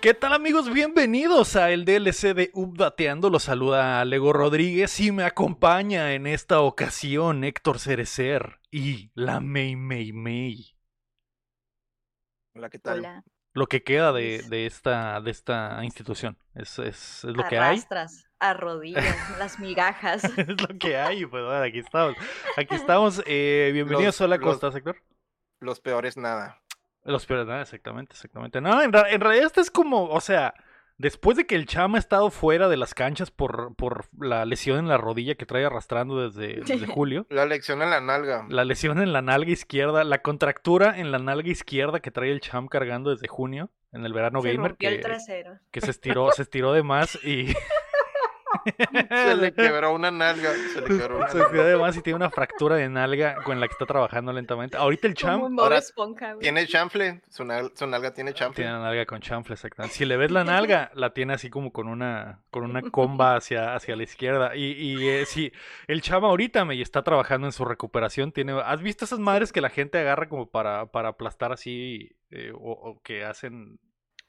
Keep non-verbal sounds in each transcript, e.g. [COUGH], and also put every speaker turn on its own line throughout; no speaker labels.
¿Qué tal amigos? Bienvenidos a el DLC de Updateando. Los saluda Lego Rodríguez y me acompaña en esta ocasión Héctor Cerecer y la Mei Mei Mei.
Hola, ¿qué tal?
Hola,
Lo que queda de, de esta, de esta institución. Es, es- es lo que hay.
arrastras, arrodillas, las migajas.
[LAUGHS] Es lo que hay. Pues bueno, aquí estamos. Aquí estamos. eh, bienvenidos.
Los-
Hola, ¿cómo
los-
estás, Héctor?
Los peores nada.
Los peores, ah, exactamente, exactamente. No, en, ra- en realidad este es como, o sea, después de que el Chama ha estado fuera de las canchas por, por la lesión en la rodilla que trae arrastrando desde, desde julio,
La lección en la nalga.
la lesión en la nalga izquierda, la contractura en la nalga izquierda que trae el Cham cargando desde junio en el verano
Se
gamer
rompió el
que,
trasero.
que se estiró, se estiró de más y
[LAUGHS] Se
[LAUGHS]
le quebró una nalga. Se le quebró una
se
nalga.
estiró de más y tiene una fractura de nalga con la que está trabajando lentamente. Ahorita el Cham
Como un Bob
ahora
esponja, güey.
Tiene chanfle. Su, nal- su nalga tiene
Tiene
[LAUGHS] chanfle.
la nalga con chanfle, exactamente. Si le ves la nalga, la tiene así como con una, con una comba hacia, hacia la izquierda. Y, y eh, sí, el chama ahorita me y está trabajando en su recuperación. Tiene, ¿Has visto esas madres que la gente agarra como para, para aplastar así? eh, o, o que hacen.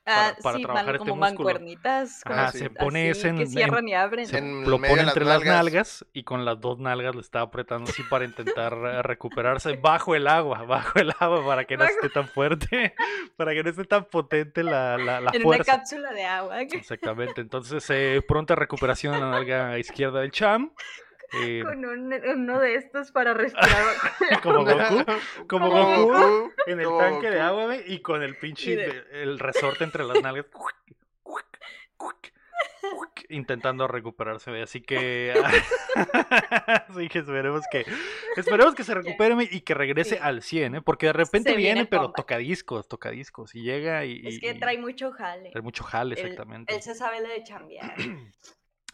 Ah,
para- para
sí,
trabajar
man-
este
como
músculo.
mancuernitas. como
Ajá,
sí.
se pone
así,
ese en.
que
en-
cierran y abren.
se
En
lo
medio
pone
de las
entre las
nalgas.
nalgas y con las dos nalgas le está apretando así para intentar eh, recuperarse bajo el agua, bajo el agua para que no
Bajo-
esté tan fuerte, [LAUGHS] para que no esté tan potente la, la, la
en una
fuerza.
cápsula de agua. que-
Exactamente, entonces eh, pronta recuperación en la nalga izquierda del Cham. eh,
Con un- uno de estos
[LAUGHS]
para respirar. [LAUGHS]
como Goku, como Goku en el
como
tanque de
Goku.
agua güey, y con el pinche
Y de-
de- el resorte entre las nalgas. cuic, cuic, cuic, cuic, Intentando recuperarse, güey, así que [LAUGHS] así que esperemos que esperemos que se recupere güey, y que regrese
Sí.
al 100, ¿eh? porque de repente
Se viene
viene,
el
pero
comeback.
tocadiscos, tocadiscos y llega y,
es
y-
que
y
trae mucho jale.
trae mucho jale
Él-
exactamente.
Él se sabe lo de
[CLEARS THROAT]
chambear.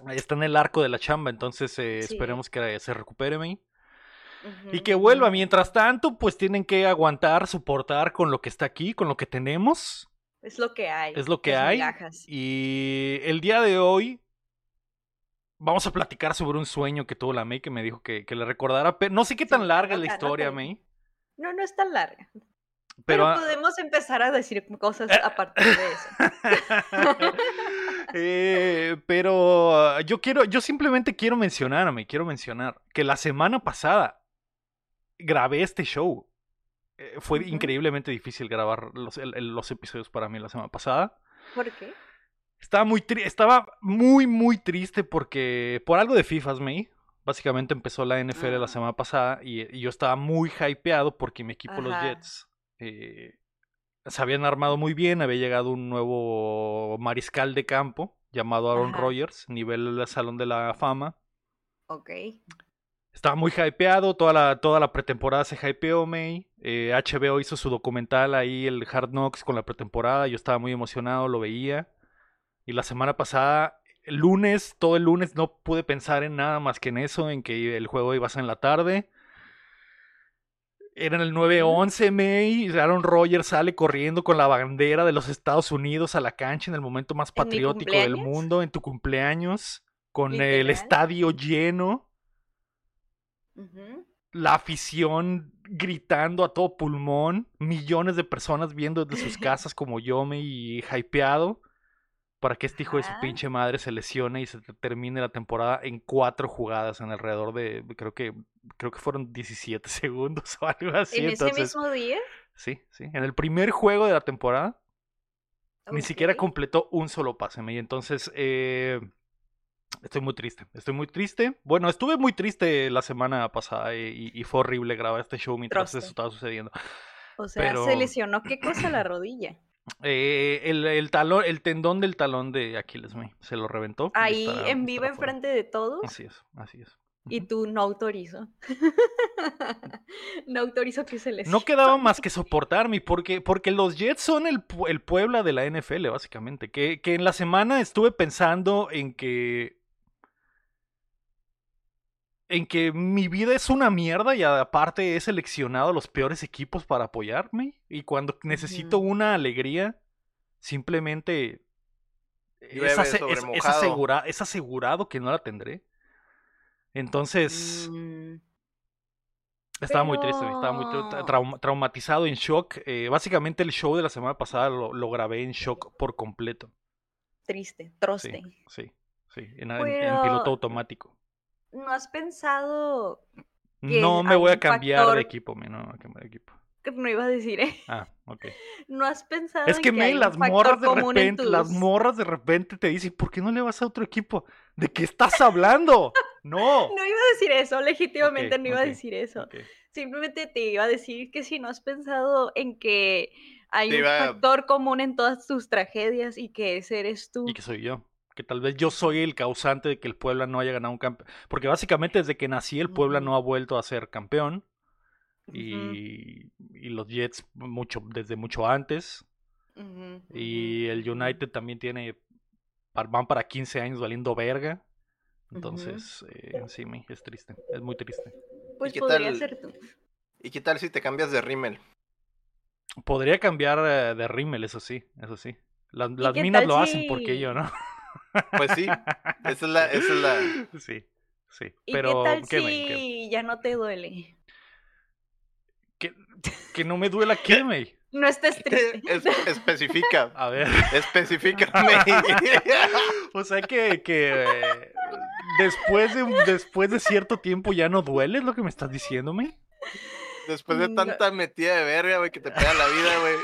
Ahí está en el arco de la chamba, entonces eh,
Sí.
esperemos que se recupere May, y
Ujú,
que vuelva.
ujú.
Mientras tanto, pues tienen que aguantar, soportar con lo que está aquí, con lo que tenemos.
Es lo que hay.
Es lo que
las
hay.
migajas.
Y el día de hoy vamos a platicar sobre un sueño que tuvo la May que me dijo que, que le recordara. Pero no sé qué
Sí,
tan larga es la
cuenta,
historia,
cuéntame.
May,
No, no es tan larga.
pero,
Pero,
ah,
podemos empezar a decir cosas a partir de eso.
[LAUGHS] Eh, pero ah, yo quiero, yo simplemente quiero mencionar, me quiero mencionar que la semana pasada grabé este show. Eh, fue
Ujú.
increíblemente difícil grabar los, el- el- los episodios para mí la semana pasada.
¿Por qué?
Estaba muy, tri- estaba muy, muy triste porque por algo de FIFA's May. Básicamente empezó la NFL la
Ah.
semana pasada y, y yo estaba muy hypeado porque mi equipo, los
Ajá.
Jets, eh, se habían armado muy bien. Había llegado un nuevo mariscal de campo llamado Aaron
Ajá.
Rodgers, nivel Salón de la Fama.
Ok.
Estaba muy hypeado, toda la, toda la pretemporada se hypeó, May. Eh, HBO hizo su documental ahí, el Hard Knocks, con la pretemporada. Yo estaba muy emocionado, lo veía. Y la semana pasada, el lunes, todo el lunes, no pude pensar en nada más que en eso, en que el juego iba a ser en la tarde. Era en el 9-11, May. y Aaron Rodgers sale corriendo con la bandera de los Estados Unidos a la cancha en el momento más
¿En mi
patriótico del
cumpleaños?
mundo, en tu cumpleaños, con el
Literal.
estadio lleno
Ujú.
la afición gritando a todo pulmón, millones de personas viendo desde
[LAUGHS]
sus casas como yo me y hypeado para que este hijo de su
Ajá.
pinche madre se lesione y se te- termine la temporada en cuatro jugadas en alrededor de creo que creo que fueron 17 [LAUGHS] segundos o algo así,
en ese
entonces
mismo día.
sí, sí, en el primer juego de la temporada ni siquiera
Ok.
completó un solo pase, y entonces eh, estoy muy triste, estoy muy triste. Bueno, estuve muy triste la semana pasada y, y- y fue horrible grabar este show mientras
Troste.
eso estaba sucediendo.
O sea,
pero-
se lesionó qué
[CLEARS THROAT]
cosa la rodilla.
Eh, el, el talón, el tendón del talón de Aquiles May se lo reventó. y
Ahí
estará-
en vivo
estará fuera.
enfrente de todos
Así es, así es.
y
Ujú.
tú no autorizo. [LAUGHS] no autorizo que se lesione.
No quedaba más que soportarme, porque, porque los Jets son el, pu- el Puebla de la NFL, básicamente. Que, que en la semana estuve pensando en que. En que mi vida es una mierda y aparte he seleccionado los peores equipos para apoyarme. Y cuando necesito
Ujú.
una alegría, simplemente.
Llueve
Es, ase-
sobre
es- es
mojado.
asegura- es asegurado que no la tendré. Entonces.
Mm,
Estaba muy triste, güey, estaba muy tr-
Pero-
traum- traumatizado, en shock. Eh, básicamente el show de la semana pasada lo, lo grabé en shock por completo.
Triste, troste.
Sí, sí, en, en- en
Pues Pero-
piloto automático.
¿No has pensado Que
No me
hay
voy a
un
cambiar de
factor-
equipo, men, no me voy a cambiar de equipo.
que no iba a decir, eh? [LAUGHS]
Ah, ok.
¿No has pensado
Es
en
que,
hay
men,
un
las
factor
morras de
común en
repente, las
tus-
morras de repente te dicen, ¿por qué no le vas a otro equipo? ¿De qué estás hablando? No.
No iba a decir eso, legítimamente
Ok,
[LAUGHS] no iba
ok,
a decir eso.
Ok.
Simplemente te iba a decir que si no has pensado en que hay
Te
un
iba a-
factor común en todas tus tragedias y que ese eres tú.
Y que soy yo. Que tal vez yo soy el causante de que el Puebla no haya ganado un campeón. Porque básicamente desde que nací el Puebla
Ujú.
no ha vuelto a ser campeón.
Ujú,
Y, y los Jets mucho, desde mucho antes.
ujú,
Y
ujú,
el
ujú.
United también tiene. par- Van para 15 años valiendo verga.
Ujú.
Entonces, eh, sí, mi, es triste. Es muy triste.
Pues
qué
podría
tal?
ser tú.
¿Y qué tal si te cambias de rímel?
Podría cambiar eh, de rímel, eso sí. Eso sí. Las, las
qué
minas
tal
lo hacen porque
si-
yo,
[LAUGHS]
¿no?
Pues sí, esa es la, Ah, esa es la.
[LAUGHS] Sí, sí.
¿Y
Pero,
qué tal
¿qué,
si
men? ¿Qué-
ya no te duele?
Que, que no me duela qué, May.
No estés triste.
[LAUGHS]
Ah.
Es-
[LAUGHS]
especifica,
A ver.
especifícame.
O sea que, que eh, después, de, un- después de cierto tiempo ya no duele, es lo que me estás diciendo, May.
Después de
No.
tanta metida de verga, güey, que te pega la vida, güey.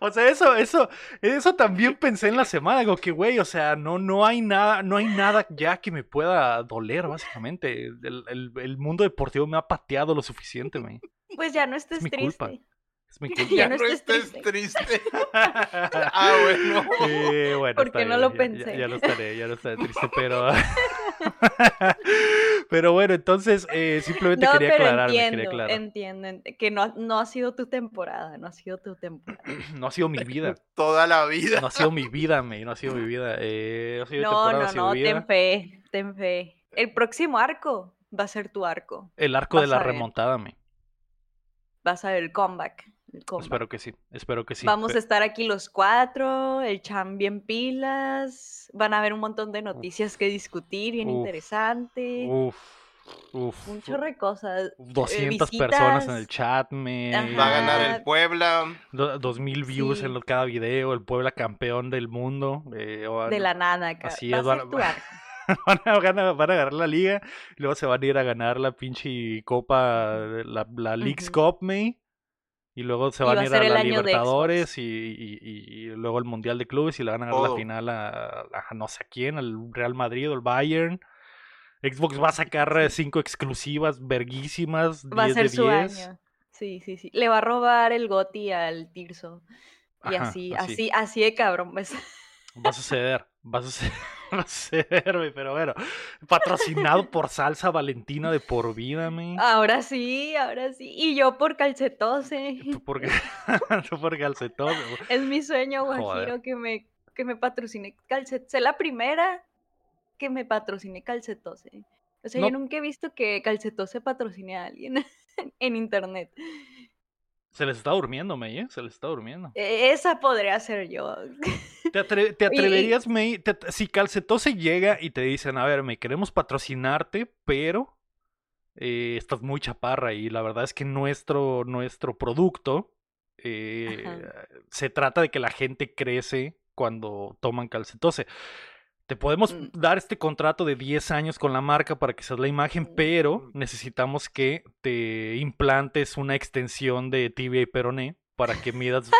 O sea, eso, eso, eso también pensé en la semana, digo que güey, o sea, no, no hay nada, no hay nada ya que me pueda doler, básicamente. El, el- el mundo deportivo me ha pateado lo suficiente, May.
Pues ya no estés
mi
triste.
culpa. Es mi culpa.
[LAUGHS] [LAUGHS] Ya no estés
triste. Ah, bueno.
Eh, bueno,
¿Por
está
qué no
bien, ya- ya-
lo
Ya,
pensé?
lo estaré, ya lo estaré triste, pero. [LAUGHS] pero bueno, entonces eh, simplemente
No,
quería
pero
aclararme, quería
entiendo,
aclarar.
entiendo, ent- que no, no ha sido tu temporada, no ha sido tu temporada.
[CLEARS THROAT] No ha sido mi vida,
Toda la vida.
no ha sido mi vida, me, no ha sido mi vida. Eh, no ha sido mi
No,
temporada, no
no,
ha sido
no,
mi vida.
ten fe, ten fe. El próximo arco va a ser tu arco,
El arco de
Vas
la
a ver.
remontada, me.
vas a ver el comeback. el comeback.
Espero que sí, espero que sí.
Vamos a
Pe-
estar aquí los cuatro, el chan bien pilas, van a haber un montón de noticias que discutir, bien
Uf.
interesante,
Uf, uf.
un chorro de cosas.
200 personas en el
visitas.
chat, me.
Ajá.
Va a ganar el Puebla.
Do- 2000 views en
Sí.
lo- cada video, el Puebla campeón del mundo. eh, o-
De la nada, cabrón.
así
Va
es,
a
van-
ser tu arco.
[LAUGHS] van, a, van a- van a ganar la liga, y luego se van a ir a ganar la pinche copa, eh, la, la Leagues
Ujú.
Cup, May, y luego se
Y
van
va
a
a
ir
ser
a
el
la
año de
Libertadores y, y- y- y luego el Mundial de Clubes y le van a ganar la
Todo.
final a, a no sé quién, al Real Madrid o al Bayern. Xbox va a sacar eh, cinco exclusivas verguísimas,
Va a
10 de
ser su
10.
año. Sí, sí, sí. Le va a robar el goti al Tirso. Y
Ajá,
así, así, así de cabrón. pues. [LAUGHS]
Va a suceder, va a suceder, [LAUGHS] va a suceder, güey, pero bueno, patrocinado por Salsa Valentina de por vida, me.
Ahora sí, ahora sí. Y yo por calcetose.
Tú por, [LAUGHS] tú por calcetón. güey.
Es
[LAUGHS]
mi sueño,
Joder.
Guajiro, que me, que me patrocine calcetose. Sé la primera que me patrocine calcetose. O sea, yo
No.
nunca he visto que calcetose patrocine a alguien [LAUGHS] en internet.
Se les está durmiendo, May, ¿eh? Se les está durmiendo.
E- Esa podría ser yo. [LAUGHS]
¿Te, atre- te
Oye, y-
atreverías, May? te- te- si Calcetó se llega y te dicen, a ver, May, queremos patrocinarte, pero eh, estás muy chaparra y la verdad es que nuestro, nuestro producto eh,
Ajá.
se trata de que la gente crece cuando toman calcetose. Te podemos
Mm.
dar este contrato de 10 años con la marca para que seas la imagen,
Mm.
pero necesitamos que te implantes una extensión de tibia y peroné para que
[LAUGHS]
midas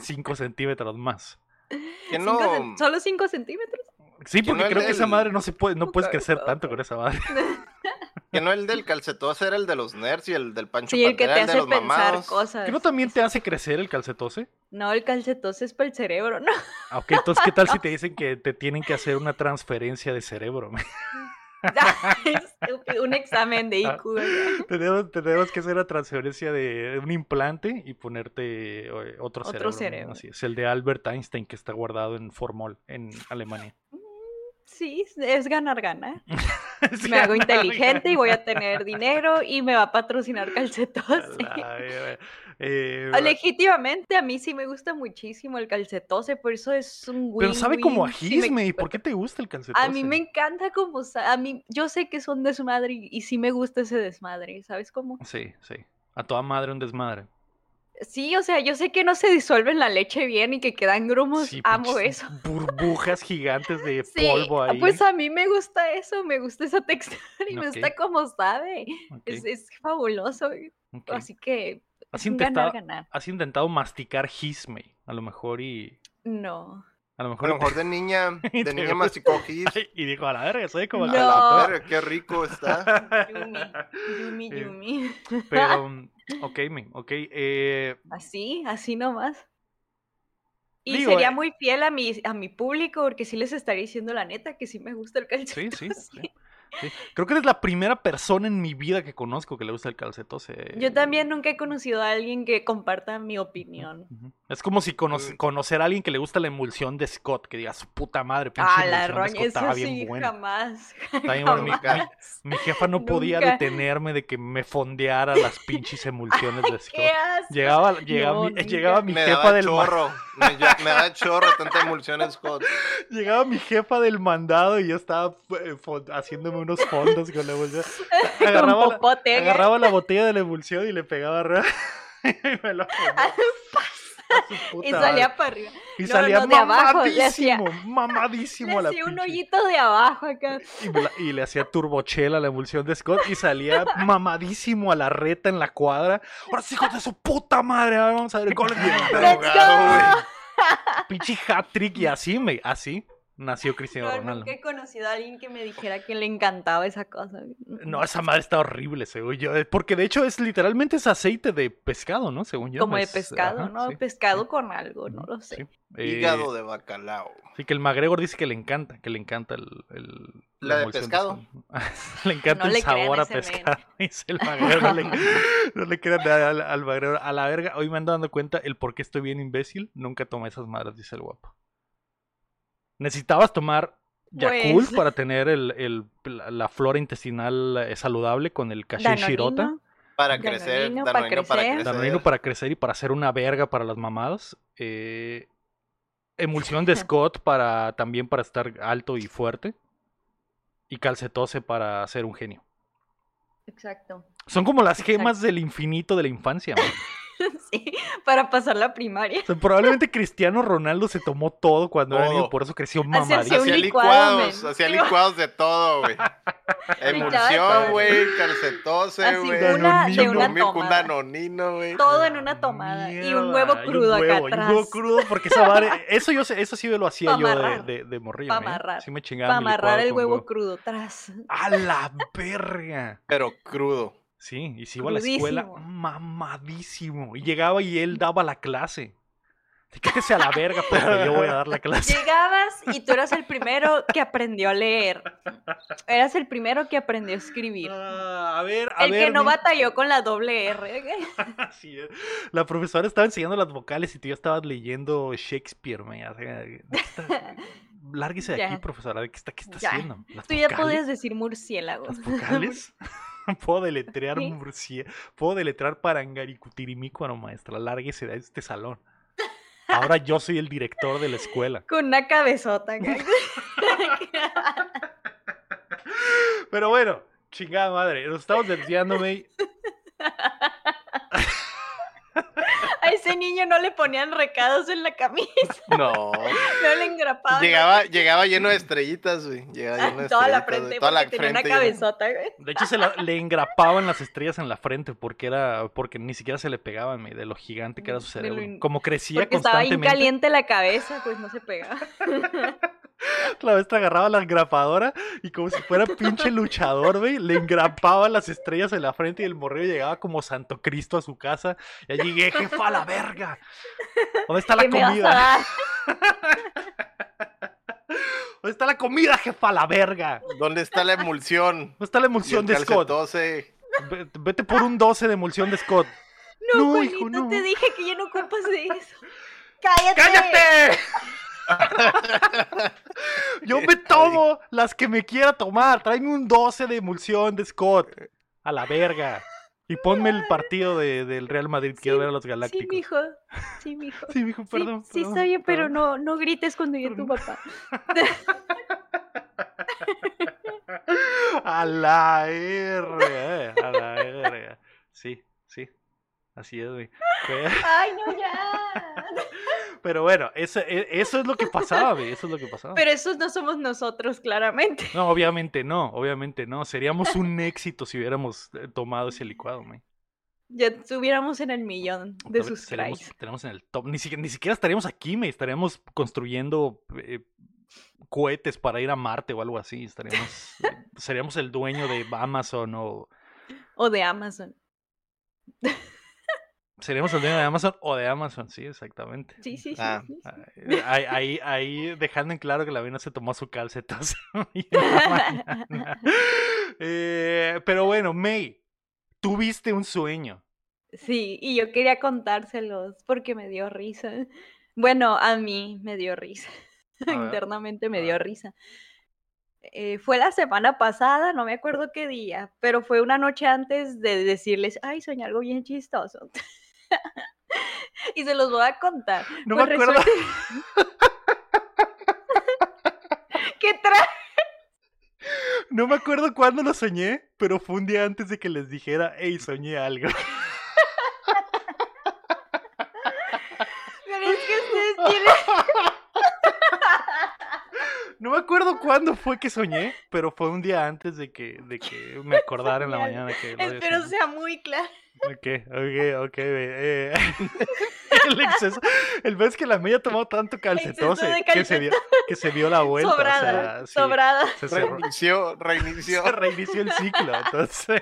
5 centímetros más.
Que
Cinco cen-
no.
Solo 5 centímetros.
Sí,
Que no
porque
el
creo que esa
del-
madre no se puede, no puedes
Ok,
crecer
ok,
tanto
ok.
con esa
[LAUGHS]
madre.
Que no el del calcetose era el de los nerds y el del Pancho
Sí, el que
Pantera,
te
de
hace
los
pensar
mamados.
cosas.
¿Que no también te hace crecer el calcetose?
No, el calcetose es para el
[LAUGHS]
cerebro, ¿no? [LAUGHS]
Ah, ok, entonces, ¿qué tal si te dicen que te tienen que hacer una transferencia de cerebro? [LAUGHS]
Estúpido, Un examen
Ah.
de IQ. ¿verdad?
tenemos, tenemos que hacer una transferencia de un implante y ponerte eh, otro,
Otro
cerebro. ¿no?
cerebro.
Así es, el de Albert Einstein que está guardado en Formol, en Alemania. [LAUGHS]
Sí, es ganar, ganar.
Es
me
[LAUGHS]
hago
ganar,
inteligente y voy a
ganar.
tener dinero y me va
[LAUGHS]
a patrocinar calcetose.
La verga. Eh,
Ah, Legítimamente, a mí sí me gusta muchísimo el calcetose, por eso es un
pero sabe como a
win-win, sí me-
Gizme, ¿y por qué te gusta el calcetose?
A mí me encanta como, sa- a mí, yo sé que son desmadre y, y sí me gusta ese desmadre, ¿sabes cómo?
Sí, sí. A toda madre un desmadre.
Sí, o sea, yo sé que no se disuelven la leche bien y que quedan grumos,
Sí,
amo
pinches
eso. [LAUGHS]
Burbujas gigantes de
Sí,
polvo ahí.
pues a mí me gusta eso, me gusta esa [LAUGHS] textura y me gusta
Ok.
como sabe, es,
Ok,
es fabuloso,
ok.
así que
Has
es un ganar,
intentado,
ganar.
has intentado masticar Gizme, a lo mejor y...
No,
A lo mejor,
A lo
y
mejor
[LAUGHS]
de niña,
Y
de
te
niña
gusta.
masticó gis.
te- [LAUGHS] y dijo, a la verga, soy como...
A
No.
la verga, qué rico está.
Yumi, Yumi,
Eh,
Yumi.
[LAUGHS] Pero, mm, ok, men, ok. eh,
Así, así nomás. Y
Digo,
sería
eh,
muy fiel a mi, a mi público, porque sí les estaría diciendo la neta que sí me gusta
sí,
el
sí, eh,
calcetose. [LAUGHS]
sí, sí. Creo que eres la primera persona en mi vida que conozco que le gusta el calcetose.
Yo también nunca he conocido a alguien que comparta mi opinión.
Ujú. Es como si conoce-
Mm.
conocer a alguien que le gusta la emulsión de Scott, que diga su puta madre, pinche
Ah, la
emulsión de
roña,
Scott
eso
estaba
sí,
bien buena.
jamás. [LAUGHS]
Está bien bueno, mi-
jamás.
[LAUGHS] Mi jefa no podía
Nunca.
detenerme de que me fondeara las pinches emulsiones
[LAUGHS]
de Scott.
¿Qué haces?
Llegaba, llegaba, mi,
nunca.
llegaba [LAUGHS] mi
Me
jefa
daba
del ma-
chorro. Me, ya- me da chorro tanta emulsión, Scott.
llegaba mi jefa del mandado y yo estaba eh, fon- haciéndome unos fondos con la emulsión.
[LAUGHS]
Agarraba
Con
la-
popote. ¿eh?
Agarraba la botella de la emulsión y le pegaba arriba. [LAUGHS] y
[LAUGHS]
me lo ponía. A su puta
y
madre.
salía para arriba.
Y
no,
salía
no, de abajo, le hacía-
mamadísimo, mamadísimo
Le
a la
hacía un
pinche-
hoyito de
[LAUGHS]
abajo acá.
Y, me la- y le hacía turbochela a la emulsión de Scott y salía mamadísimo a la reta en la cuadra. Ahora sí, hijos de su puta madre, ahora vamos a ver el gol.
[LAUGHS] Let's
Drogado,
go.
Pinche hat-trick y así, me, así nació Cristiano
No,
Ronaldo.
nunca he conocido a alguien que me dijera que le encantaba esa cosa.
No, esa madre está horrible, según yo. eh, Porque de hecho es literalmente es aceite de pescado, ¿no? Según yo.
como de
es-
pescado,
pues, ajá,
¿no?
sí.
pescado con algo, no
Ujú,
lo sé.
sí. Eh,
Hígado de bacalao.
Sí, que el McGregor dice que le encanta, que le encanta el... el-
La de
emulsión
pescado.
su- [LAUGHS] le encanta
No
el
le crean
sabor a
ese men.
pescado, [LAUGHS] dice el McGregor. No le,
[LAUGHS]
no le crean nada al, al McGregor. A la verga, hoy me ando dando cuenta el por qué estoy bien imbécil. Nunca tomé esas madres, dice el guapo. Necesitabas tomar Yakult
Pues.
para tener el, el- la, la flora intestinal eh, saludable con el caché shirota.
Danonino,
Para crecer, danonino,
Danonino, para
para
crecer.
crecer.
Danonino para crecer y para hacer una verga para las mamadas. eh, emulsión
[LAUGHS]
de Scott para también para estar alto y fuerte. Y calcetose para ser un genio.
Exacto. [LAUGHS]
Son como las gemas del infinito de la infancia. man.
sí, para pasar la primaria.
O sea,
[LAUGHS]
probablemente Cristiano Ronaldo se tomó todo cuando era niño,
Todo.
por eso creció
Oh. Hacerse
mamadísimo.
un
Hacía
licuado,
licuados,
men.
hacía
Sí,
licuados de todo, güey.
[LAUGHS]
Emulsión,
todo.
güey, calcetose,
Así
güey.
una de
Danonino.
una
Chocomil con
tomada.
danonino, güey.
Todo en una tomada. Y un huevo
Mierda, y
crudo acá
huevo, y
atrás.
Un huevo crudo porque esa
[LAUGHS]
madre, eso yo sé- eso sí lo hacía
Pa'
yo de,
amarrar.
de, de morrillo.
Pa'
man, ¿eh?
amarrar.
Sí me chingaba
Para
mi
amarrar
licuado
el
con
huevo crudo atrás.
A la verga.
Pero crudo.
Sí, y si iba a la escuela
Crudísimo. Mm.
mamadísimo. Y llegaba y él daba la clase. Así, Quítese a la verga, pero yo voy a dar la
[LAUGHS]
clase.
Llegabas y tú eras el primero que aprendió a leer. Eras el primero que aprendió a escribir.
Ah, a ver, a
el
ver.
que no
dime.
batalló con la doble R.
[LAUGHS] Así es. La profesora estaba enseñando las vocales y tú ya estabas leyendo Shakespeare. Me hace-
[LAUGHS]
está- Lárguese de aquí,
Ya.
profesora. ¿de ¿Qué está, qué está
Ya.
haciendo? ¿Las
Tú ya
vocales?
podías decir murciélago. [LAUGHS]
¿Las vocales? [LAUGHS] Puedo deletrear
Sí.
Murcia. Puedo deletrear Parangaricutirimícuaro, maestra. Lárguese de este salón. Ahora yo soy el director de la escuela.
Con una cabezota. acá.
[LAUGHS] Pero bueno, chingada madre. Nos estamos desviando, May.
[LAUGHS] A ese niño no le ponían recados en la camisa,
[LAUGHS] No.
no le engrapaban.
Llegaba, llegaba lleno de estrellitas, güey. Llegaba lleno de
[LAUGHS] toda la
estrellitas,
frente,
güey. Toda la
porque tenía una
frente llena.
cabezota, güey.
De hecho, se la- le engrapaban las estrellas en la frente porque era porque ni siquiera se le pegaban, May, de lo gigante que era su
De lo
cerebro.
in-
Como crecía
Porque estaba bien
constantemente.
caliente la cabeza, pues no se pegaba.
La maestra agarraba la engrapadora y como si fuera pinche luchador, güey, le engrapaba las estrellas en la frente y el morreo llegaba como Santo Cristo a su casa. Y allí llegué, jefa, a la verga. ¿Dónde está la
¿Qué me vas a
comida? [LAUGHS]
dar?
¿Dónde está la comida, jefa, a la verga? ¿Dónde
¿Dónde está la emulsión?
está la [LAUGHS] emulsión
Y
de
el
Scott?
calcetose.
Ve- Vete por un 12 de emulsión de Scott.
No,
No,
Juanito,
hijo, no.
te dije que ya no ocupas de eso. ¡Cállate!
¡Cállate! [LAUGHS] Yo me tomo las que me quiera tomar. Tráeme un 12 de emulsión de Scott. A la verga. Y ponme el partido de- del Real Madrid. Quiero
Sí,
ver a los
Sí,
Galácticos.
mijo. Sí, mijo.
Sí, mijo,
Sí,
perdón.
sí
perdón,
está bien, pero
perdón.
no, no grites cuando llegue tu
Perdón.
papá.
A la verga. eh, A la verga. Sí, sí. Así es, güey. Pero-
¡Ay, no, ya!
[LAUGHS] Pero bueno, eso, e- eso es lo que pasaba, güey. Eso es lo que pasaba.
Pero esos no somos nosotros, claramente.
No, obviamente no, obviamente no. Seríamos un éxito si hubiéramos eh, tomado ese licuado, güey.
Ya estuviéramos en el millón de
Tal vez
sus
estaríamos-
cries.
estaríamos en el top. Ni, siquiera- ni siquiera estaríamos aquí, me estaríamos construyendo eh, cohetes para ir a Marte o algo así. Estaríamos, eh, seríamos el dueño de Amazon o
O de Amazon.
seríamos el dueño de Amazon o de Amazon, sí, exactamente.
Sí, sí, sí.
Ah.
sí, sí.
Ah, eh, Ahí, ahí, ahí dejando en claro que la vena se tomó su calcetazo. [LAUGHS] hoy en la
[LAUGHS]
mañana. Eh, pero bueno, May, tuviste un sueño.
Sí, y yo quería contárselos porque me dio risa. Bueno, a mí me dio risa.
A ver.
Internamente
A
me
ver.
dio risa. Eh, fue la semana pasada, no me acuerdo qué día, pero fue una noche antes de decirles, ay, soñé algo bien chistoso. [LAUGHS] y se los voy a contar.
No
Pues
me acuerdo. [LAUGHS]
¿Qué trae?
No me acuerdo cuándo lo soñé, pero fue un día antes de que les dijera, hey, soñé algo. [LAUGHS]
Pero es que
[LAUGHS]
ustedes tienen...
No me acuerdo cuándo fue que soñé, pero fue un día antes de que, de que
[LAUGHS]
me acordara en la
Soñé
mañana que lo había
Espero
soñado.
sea muy claro.
Ok, ok, ok. eh, [LAUGHS] el exceso. El vez que la media tomó tanto calcetose
de
que se dio, que se dio la vuelta. o
Sobrada,
sea, sí,
sobrada,
Se, cerró-
Reinició,
se
reinició.
reinició el ciclo,
[LAUGHS]
entonces.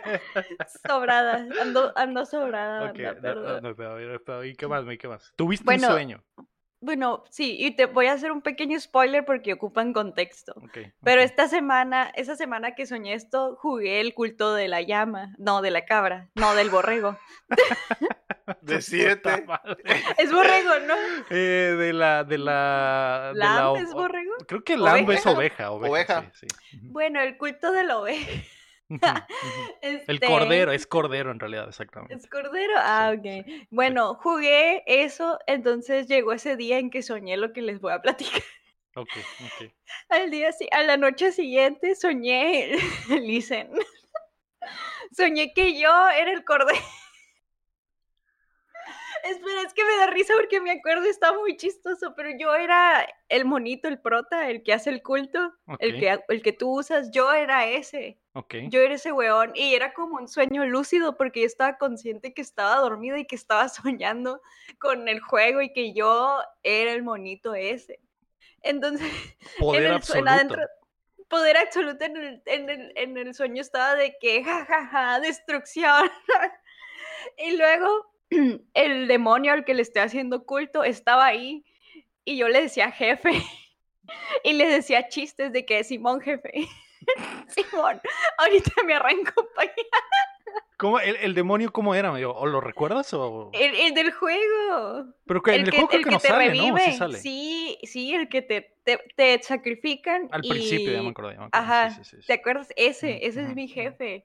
sobrada. Ando, ando sobrada.
Ok,
anda,
no,
Ah, perdón.
no, no, no, no, no, ¿Y qué más? ¿Y qué más? ¿Tuviste
Bueno,
un sueño?
Bueno, sí, y te voy a hacer un pequeño spoiler porque ocupan contexto.
Ok,
Pero
ok.
esta semana, esa semana que soñé esto, jugué el culto de la llama, no de la cabra, no del borrego.
De
Puta
siete.
madre.
Es borrego, ¿no?
Eh, de la, de la, Ah, de la
¿Lamb
o-
es borrego?
creo que lamb
¿Oveja?
es oveja, oveja,
Oveja.
sí,
[LAUGHS]
sí. [LAUGHS] Ujú,
Bueno, el culto de la oveja. [LAUGHS]
ujú, ujú. El
este,
cordero, es cordero en realidad, exactamente.
¿Es cordero? Ah,
Sí,
ok. Bueno, jugué eso, entonces llegó ese día en que soñé lo que les voy a platicar.
Ok, ok.
Al día, si- a la noche siguiente soñé, [LAUGHS] dicen, soñé que yo era el cordero. [LAUGHS] Espera, es que me da risa porque me acuerdo, está muy chistoso, pero yo era el monito, el prota, el que hace el culto, el,
Ok.
que, ha- el que tú usas, yo era ese,
Ok.
yo era ese weón, y era como un sueño lúcido porque yo estaba consciente que estaba dormida y que estaba [LAUGHS] soñando con el juego y que yo era el monito ese. Entonces en
Poder
el sue- en
absoluto.
adentro- poder absoluto en el, en el- en el sueño estaba de que, jajaja, destrucción. [LAUGHS] y luego [CLEARS THROAT] el demonio al que le estoy haciendo culto estaba ahí y yo le decía jefe. [LAUGHS] y le decía chistes de que Simón jefe. [LAUGHS] Simón, ahorita me arranco pa' allá".
¿Cómo- el, el demonio cómo era? medio? ¿O lo recuerdas? O...
El, el del juego.
Pero que, en el, juego creo que, no sale, ¿no? Sí sale.
sí, sí, el que te, te, te sacrifican.
Al principio ya
y-
me acuerdo. ya me acuerdo,
Ajá,
sí, sí, sí, sí.
¿te acuerdas? Ese, ese
ujú,
es mi
ujú.
jefe.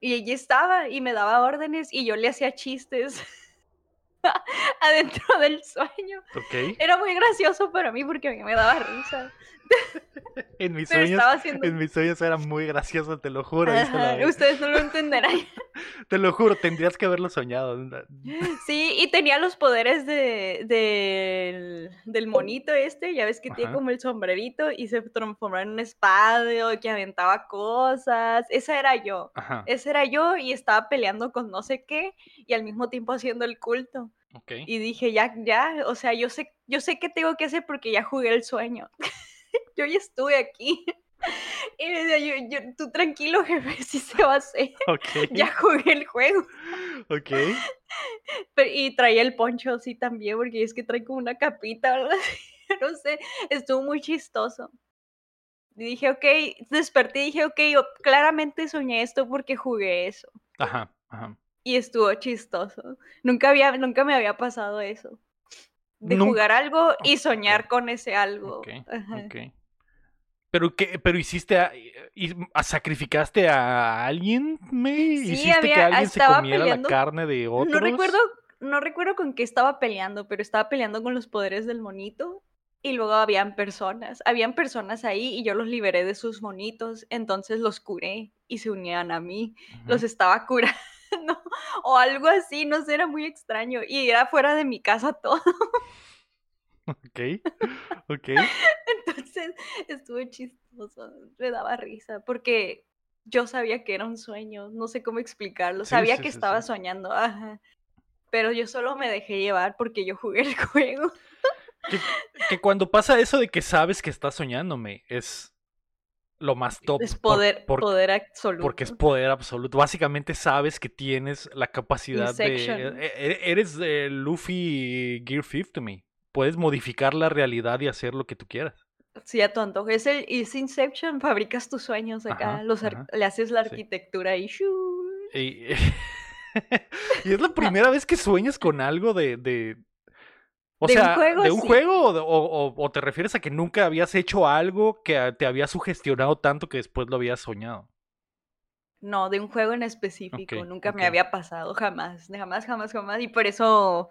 Y allí estaba y me daba órdenes y yo le hacía chistes [LAUGHS] adentro del sueño. [LAUGHS]
Ok.
Era muy gracioso para mí porque a mí me daba risa.
En mis
Pero
sueños,
estaba
[LAUGHS]
haciendo...
en mis sueños era muy gracioso, te lo juro. dice la
Ajá,
vieja.
ustedes
[LAUGHS]
no lo entenderán.
Te lo juro, tendrías que haberlo soñado.
Sí, y tenía los poderes de, del- del monito este, ya ves que tiene
Ajá.
como el sombrerito y se transformaba en una espada o que aventaba cosas. Esa era yo.
Ajá.
Ese era yo y estaba peleando con no sé qué y al mismo tiempo haciendo el culto.
Ok.
Y dije, ya, ya, o sea, yo sé, yo sé qué tengo que hacer porque ya jugué el sueño. [LAUGHS] yo ya estuve aquí. [LAUGHS] y me decía, yo- yo, tú tranquilo, [LAUGHS] jefe, si se va a hacer. [LAUGHS]
Ok.
Ya jugué el juego.
Ok.
Pero- y traía el poncho así también porque es que trae como una capita o algo así. [LAUGHS] No sé, estuvo muy chistoso. Y dije, ok, desperté y dije, ok, yo claramente soñé esto porque jugué eso.
Ajá. Ajá.
y estuvo chistoso. Nunca había, nunca me había pasado eso. de
Nun-
jugar algo y soñar con ese algo.
Ok,
Ajá.
ok. Pero qué, pero hiciste, a- y- a- sacrificaste a alguien, May?
Sí,
hiciste que
había-
alguien se
estaba
comiera la
peleando-
carne de otros.
[LAUGHS] No recuerdo, no recuerdo con qué estaba peleando, pero estaba peleando con los poderes del monito. Y luego habían personas, habían personas ahí y yo los liberé de sus monitos, entonces los curé y se unían a mí.
Ujú.
Los estaba [LAUGHS] curando o algo así, no sé, era muy extraño. Y era fuera de mi casa todo,
Ok, ok.
entonces estuvo chistoso, me daba risa, porque yo sabía que era un sueño, no sé cómo explicarlo,
Sí,
sabía
sí,
que
sí,
estaba
sí.
soñando, ajá, pero yo solo me dejé llevar porque yo jugué el [LAUGHS] juego.
Que, que cuando pasa eso de que sabes que estás soñándome, es lo más top.
Es
por-
poder,
por-
poder absoluto.
porque es poder absoluto. Básicamente sabes que tienes la capacidad
Inception.
de... e- e- Eres eh, Luffy Gear 50, May. Puedes modificar la realidad y hacer lo que tú quieras.
Sí, a tu antojo. Es el es Inception, fabricas tus sueños acá,
Ajá,
los ar-
ajá.
le haces la
Sí.
arquitectura y shoo.
Y, [LAUGHS] y es la primera vez que sueñas con algo de. de o
De un
sea,
juego,
de un
sí.
juego o, de- o- o- o te refieres a que nunca habías hecho algo que a- te había sugestionado tanto que después lo habías soñado.
No, de un juego en específico.
Ok,
Nunca
ok.
me había pasado, jamás, jamás, jamás, jamás. Y por eso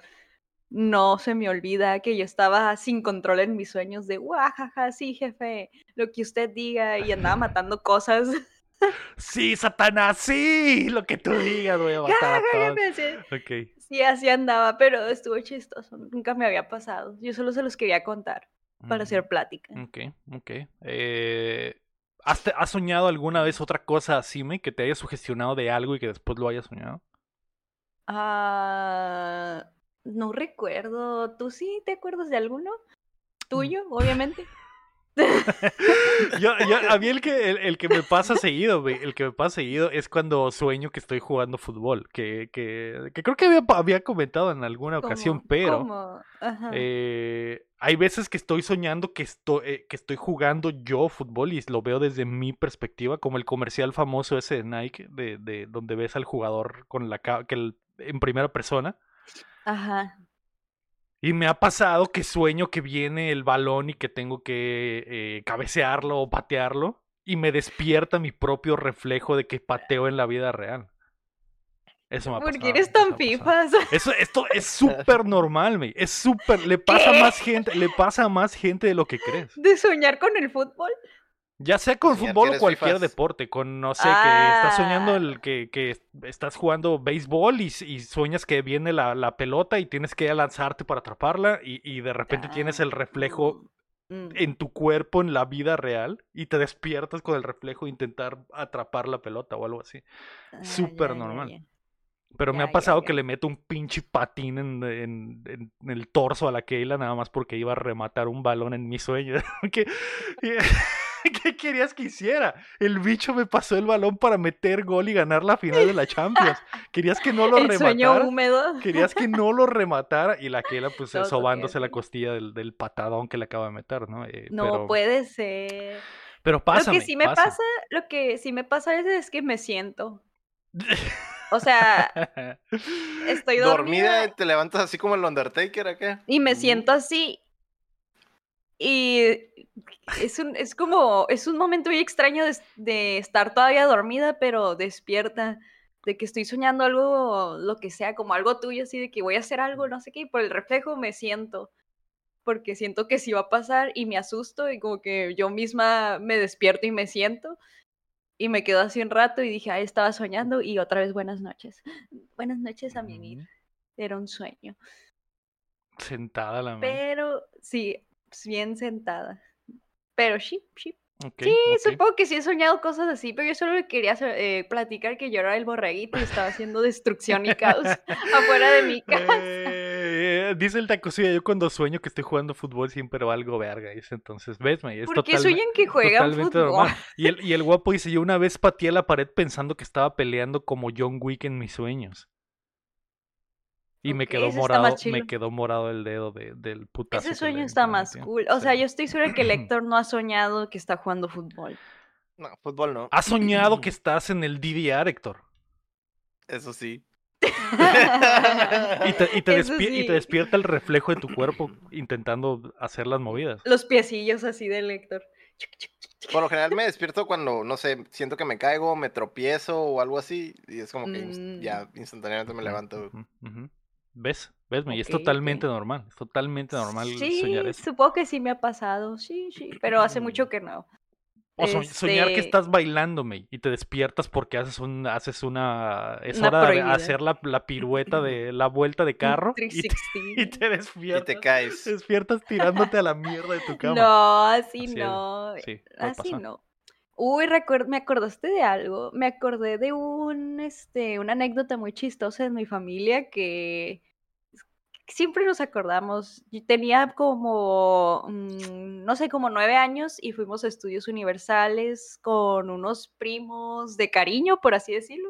no se me olvida que yo estaba sin control en mis sueños de, guajaja, sí, jefe, lo que usted diga. Y
[LAUGHS]
andaba matando cosas. [LAUGHS]
Sí, Satanás, sí, lo que tú digas,
[LAUGHS]
güey,
Jajaja,
matar a todos.
jefe, así-
Ok.
Sí, así andaba, pero estuvo chistoso. Nunca me había pasado. Yo solo se los quería contar
Mm.
para hacer plática.
Ok, ok. Eh, ¿has, te- has soñado alguna vez otra cosa así, me, que te haya sugestionado de algo y que después lo hayas soñado?
Ah, no recuerdo. ¿Tú sí te acuerdas de alguno?
Mm.
Tuyo, obviamente.
Yo, yo- a mí el que, el, el que me pasa seguido, güey, el que me pasa seguido es cuando sueño que estoy jugando fútbol, que, que, que creo que había, había comentado en alguna ocasión,
Como-
pero
como, ajá.
eh, hay veces que estoy soñando que estoy, eh, que estoy jugando yo fútbol y lo veo desde mi perspectiva, como el comercial famoso ese de Nike, de, de donde ves al jugador con la ca- que el- en primera persona.
Ajá.
Y me ha pasado que sueño que viene el balón y que tengo que eh, cabecearlo o patearlo. Y me despierta mi propio reflejo de que pateo en la vida real. Eso me ha
¿Por
pasado.
qué eres
eso me
tan
ha pasado.
[LAUGHS] fifas?
Eso, esto es súper normal, güey. Es súper. Le pasa a
¿Qué?
más gente. Le pasa a más gente de lo que crees.
¿De soñar con el fútbol?
Ya sea con
Soñar que
fútbol o
eres
cualquier
fifas.
deporte. Con, no sé, que estás soñando
Ah.
el que, que estás jugando béisbol y, s- y sueñas que viene la, la pelota y tienes que lanzarte para atraparla. Y, y de repente tienes el reflejo
Mm, mm.
en tu cuerpo en la vida real y te despiertas con el reflejo de intentar atrapar la pelota o algo así.
Ah,
súper
ya, ya,
normal.
ya.
Pero me
Ya,
ha
ya,
pasado
ya.
que le meto un pinche patín en, en- en- en el torso a la Keila nada más porque iba a rematar un balón en mi sueño. [LAUGHS] ¿Qué, [LAUGHS] qué querías que hiciera? El bicho me pasó el balón para meter gol y ganar la final de la Champions. ¿Querías que no lo
El sueño
rematara?
húmedo.
Querías que no lo rematara y la Keila
[LAUGHS]
pues
Todo
sobándose la
tieso.
costilla del, del patadón que le acaba de meter, ¿no? Eh,
No
pero-
puede ser.
Pero pásame,
lo que sí me
pásame.
pasa, lo que sí me pasa a veces es que me siento.
[LAUGHS]
O sea, estoy
Dormida,
dormida
y te levantas así como el Undertaker acá.
y me
Mm.
siento así. Y es, un, es como, es un momento muy extraño de, es- de estar todavía dormida, pero despierta, de que estoy soñando algo, lo que sea, como algo tuyo, así de que voy a hacer algo, no sé qué, y por el reflejo me siento, porque siento que sí va a pasar y me asusto y como que yo misma me despierto y me siento. Y me quedo así un rato y dije, ay, estaba soñando y otra vez buenas noches. [LAUGHS] Buenas noches, amiguita.
Mm,
Era un sueño.
Sentada la mano.
Pero sí, pues, bien sentada. Pero sí, sí.
Ok,
Sí,
ok.
supongo que sí he soñado cosas así, pero yo solo le quería so- eh, platicar que yo era el borreguito y estaba haciendo destrucción y
[LAUGHS]
caos [LAUGHS] afuera de mi casa.
Eh, dice el tacosuya, yo cuando sueño que estoy jugando fútbol siempre valgo verga. Dice entonces, vesme, es
¿Por qué
totalme-
sueñan que juegan
totalmente
fútbol? [LAUGHS]
normal. Y el, y el guapo dice, yo una vez pateé la pared pensando que estaba peleando como John Wick en mis sueños. Y me
Ok,
quedó
ese está más
morado, me
chilo.
quedó morado el dedo de- del putazo.
Ese
que
sueño
le-
está
que le
más
metió.
cool. O sea,
Sí.
yo estoy segura que el Héctor no ha soñado que está
[LAUGHS]
jugando fútbol. [LAUGHS]
No, fútbol no.
Ah. ¿Has soñado que estás en el DDR, Héctor?
Eso sí.
Y te, y te
Eso
despi- y
sí.
te despierta el reflejo de tu cuerpo intentando hacer las movidas.
Los piecillos así del Héctor.
Por lo general me despierto cuando, no sé, siento que me caigo, me tropiezo o algo así. Y es como que inst-
Mm.
ya instantáneamente me levanto.
Ujú, ujú. ¿Ves? ¿Ves? Y es
Ok, ok.
totalmente normal. Es totalmente normal
sí,
soñar eso.
supongo que sí me ha pasado, sí, sí, pero hace mucho que no.
O so- soñar que
Este,
estás bailándome y te despiertas porque haces un, haces una, es
Una
hora de
prohibida.
hacer la, la pirueta de la vuelta
[LAUGHS]
de carro y te,
360.
[LAUGHS] y te
Y
despiertas,
te caes.
despiertas tirándote a la mierda de tu cama.
No,
Así
así,
es,
no.
sí, puede
Así
pasar.
no. Uy, recuer- me acordaste de algo. Me acordé de un, este, una anécdota muy chistosa en mi familia que siempre nos acordamos. Yo tenía como, mm, no sé, como nueve años y fuimos a estudios universales con unos primos de cariño, por así decirlo.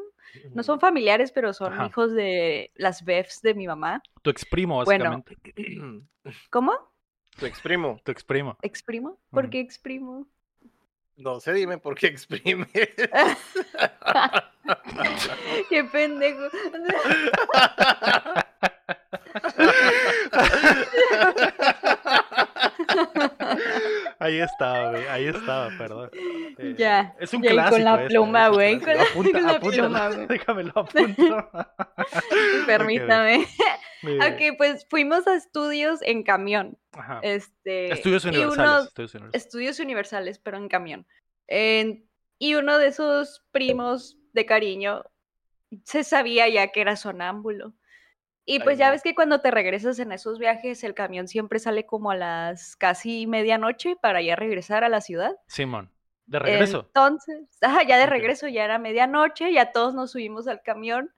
No son familiares, pero son
Mm. Ajá.
hijos de las befs de mi mamá.
Tu exprimo,
Bueno.
básicamente.
[CLEARS THROAT]
[CLEARS THROAT]
¿Cómo?
Tu exprimo.
Tu
[LAUGHS]
exprimo.
¿Exprimo? ¿Por
Ujú.
qué exprimo?
No sé, dime por qué [LAUGHS]
[LAUGHS]
exprime.
[LAUGHS] qué pendejo. [LAUGHS]
Ahí estaba, güey. Ahí estaba, perdón. Eh,
Ya,
Es un
ya, y
clásico.
con la
este,
pluma,
es un
güey,
clásico.
con la-
Apunta-
[LAUGHS] con la
apúntalo,
pluma, güey.
[LAUGHS] Déjamelo apunto.
[LAUGHS] Permítame.
Eh,
Ok, pues fuimos a estudios en camión.
ajá.
Este,
Estudios
y uno-
universales. estudios universales.
estudios universales, pero en camión. En- y uno de esos primos de cariño se sabía ya que era sonámbulo. Y
Ay,
pues ya
no.
ves que cuando te regresas en esos viajes, el camión siempre sale como a las casi medianoche para ya regresar a la ciudad.
Simón, de regreso.
Entonces, ajá, ya de
Ok.
regreso, ya era medianoche, ya todos nos subimos al camión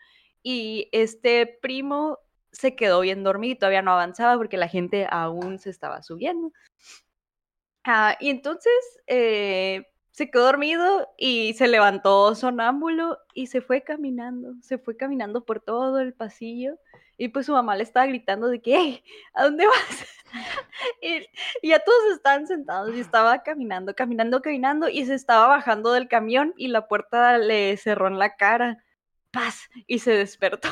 y este primo se quedó bien dormido y todavía no avanzaba porque la gente aún se estaba subiendo. Ah, y entonces eh, se quedó dormido y se levantó sonámbulo y se fue caminando, se fue caminando por todo el pasillo y pues su mamá le estaba gritando de que, "Ey, ¿a dónde vas? [LAUGHS] y, y ya todos estaban sentados y estaba caminando, caminando, caminando y se estaba bajando del camión y la puerta le cerró en la cara. ¡Paz! Y se despertó.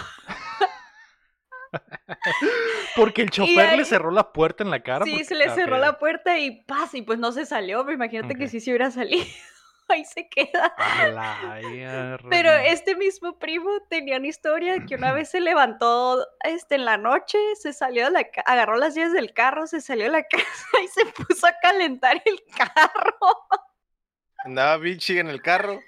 Porque el chofer le
ahí-
cerró la puerta en la cara.
sí,
porque-
se le
ah,
cerró
ok.
la puerta y ¡paz! Y pues no se salió, pero imagínate que
Ok.
sí se hubiera salido. [LAUGHS] Ahí se queda.
A la mierda.
Pero este mismo primo tenía una historia que una vez se levantó este, en la noche, se salió de la ca- agarró las llaves del carro, se salió de la [LAUGHS] casa y se puso a calentar el carro.
Andaba bichi en el carro.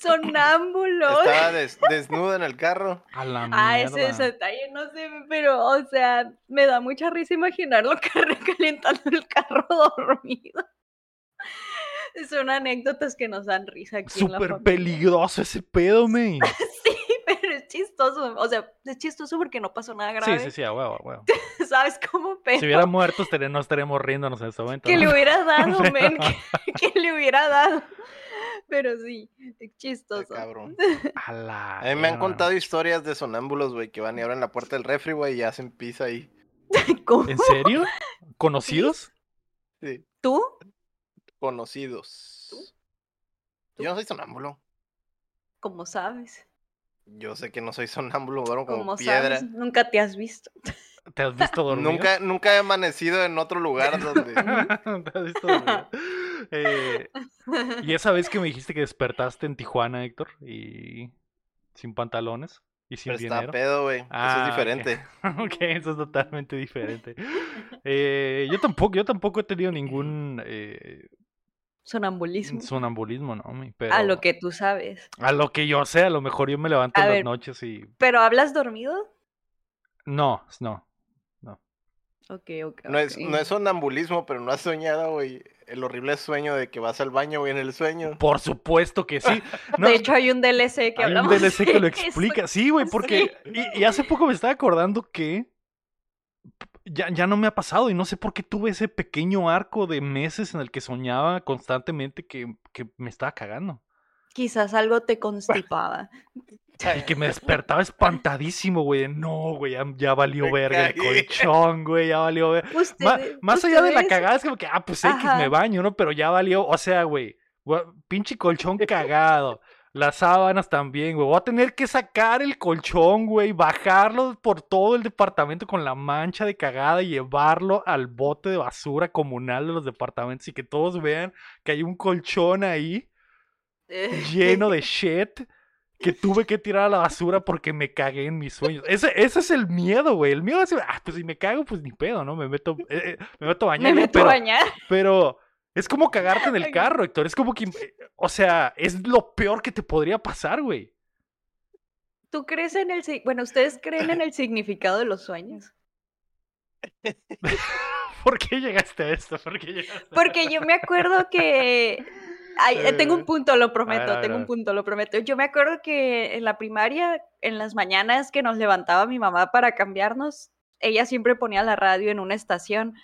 Sonámbulo.
Estaba des- desnudo en el carro.
A la mierda.
Ah, ese ese detalle, no sé, pero, o sea, me da mucha risa imaginarlo [LAUGHS] car- calentando el carro [LAUGHS] dormido. Son anécdotas que nos dan risa aquí en la
Súper
familia.
peligroso ese pedo,
[LAUGHS]
man.
Sí, [LAUGHS] pero es chistoso, o sea, es chistoso porque no pasó nada
Sí,
grave,
sí, sí, a huevo, a huevo.
[LAUGHS] ¿sabes cómo? Pero
Si hubiera muerto, estaré- no estaremos riéndonos en este momento.
que
¿no?
le hubiera dado,
Pero-
men, que, [LAUGHS] que le hubiera dado, pero sí, es
Ah,
chistoso.
Cabrón.
[LAUGHS] A la
A mí me han
mierda.
contado historias de sonámbulos, güey, que van y abren la puerta del refri, güey, y hacen pizza ahí.
[LAUGHS] ¿Cómo?
¿En serio?
[LAUGHS]
¿Conocidos?
Sí,
¿Tú?
conocidos. Yo no soy sonámbulo.
¿Cómo sabes?
Yo sé que no soy sonámbulo, duermo como
¿Cómo
piedra.
sabes? Nunca te has visto.
¿Te has visto dormido?
Nunca, nunca he amanecido en otro
[LAUGHS]
lugar donde.
[LAUGHS] ¿Te has visto
[LAUGHS]
dormido? Eh, y esa vez que me dijiste que despertaste en Tijuana, Héctor, y sin pantalones y sin
Pero está
dinero.
pedo, güey. Eso
Ah,
es
ok.
diferente.
[LAUGHS] Ok, eso es totalmente diferente. Eh, yo tampoco, yo tampoco he tenido ningún eh,
[LAUGHS] Sonambulismo.
sonambulismo, ¿no? mi? Pero
A lo que tú sabes.
a lo que yo sé, a lo mejor yo me levanto
A
en las
ver.
noches y
¿Pero hablas dormido?
no, no.
Ok, ok.
No es, no
ok.
es sonambulismo, pero no has soñado, güey, el horrible sueño de que vas al baño, güey, en el sueño.
Por supuesto que
[LAUGHS]
sí. No,
de hecho, hay un DLC que
hay un
hablamos.
DLC que lo
de eso.
explica. Sí, güey, porque. Y, y hace poco me estaba acordando que. Ya, ya no me ha pasado y no sé por qué tuve ese pequeño arco de meses en el que soñaba constantemente que, que me estaba cagando.
Quizás algo te constipaba.
Y que me despertaba espantadísimo, güey. de, No, güey, ya, ya valió
Me
verga
cagué".
el colchón, güey, ya valió verga. Ma-
[LAUGHS] Ustedes-
más allá de la
ustedes-
cagada, es como que, ah, pues X
Ajá.
me baño, ¿no? Pero ya valió, o sea, güey, gua- pinche colchón cagado. Las sábanas también, güey. Voy a tener que sacar el colchón, güey. Bajarlo por todo el departamento con la mancha de cagada y llevarlo al bote de basura comunal de los departamentos y que todos vean que hay un colchón ahí
eh, [LAUGHS]
lleno de shit que tuve que tirar a la basura porque me cagué en mis sueños. Ese, ese es el miedo, güey. El miedo es, ah, pues si me cago, pues ni pedo, ¿no? Me meto, eh, eh, me meto a bañar.
[LAUGHS] Me
¿no?
meto
pero,
a bañar.
pero es como cagarte en
[LAUGHS]
el carro, Héctor. Es como que, eh, o sea, es lo peor que te podría pasar, güey. [LAUGHS]
¿Tú crees en el... si- Bueno, ¿ustedes creen en el significado de los sueños?
¿Por qué llegaste a esto? ¿Por qué llegaste?
Porque yo me acuerdo que... Ay, eh, tengo un punto, lo prometo,
a ver,
tengo
a
un
ver.
punto, lo prometo. Yo me acuerdo que en la primaria, en las mañanas que nos levantaba mi mamá para cambiarnos, ella siempre ponía la radio en una estación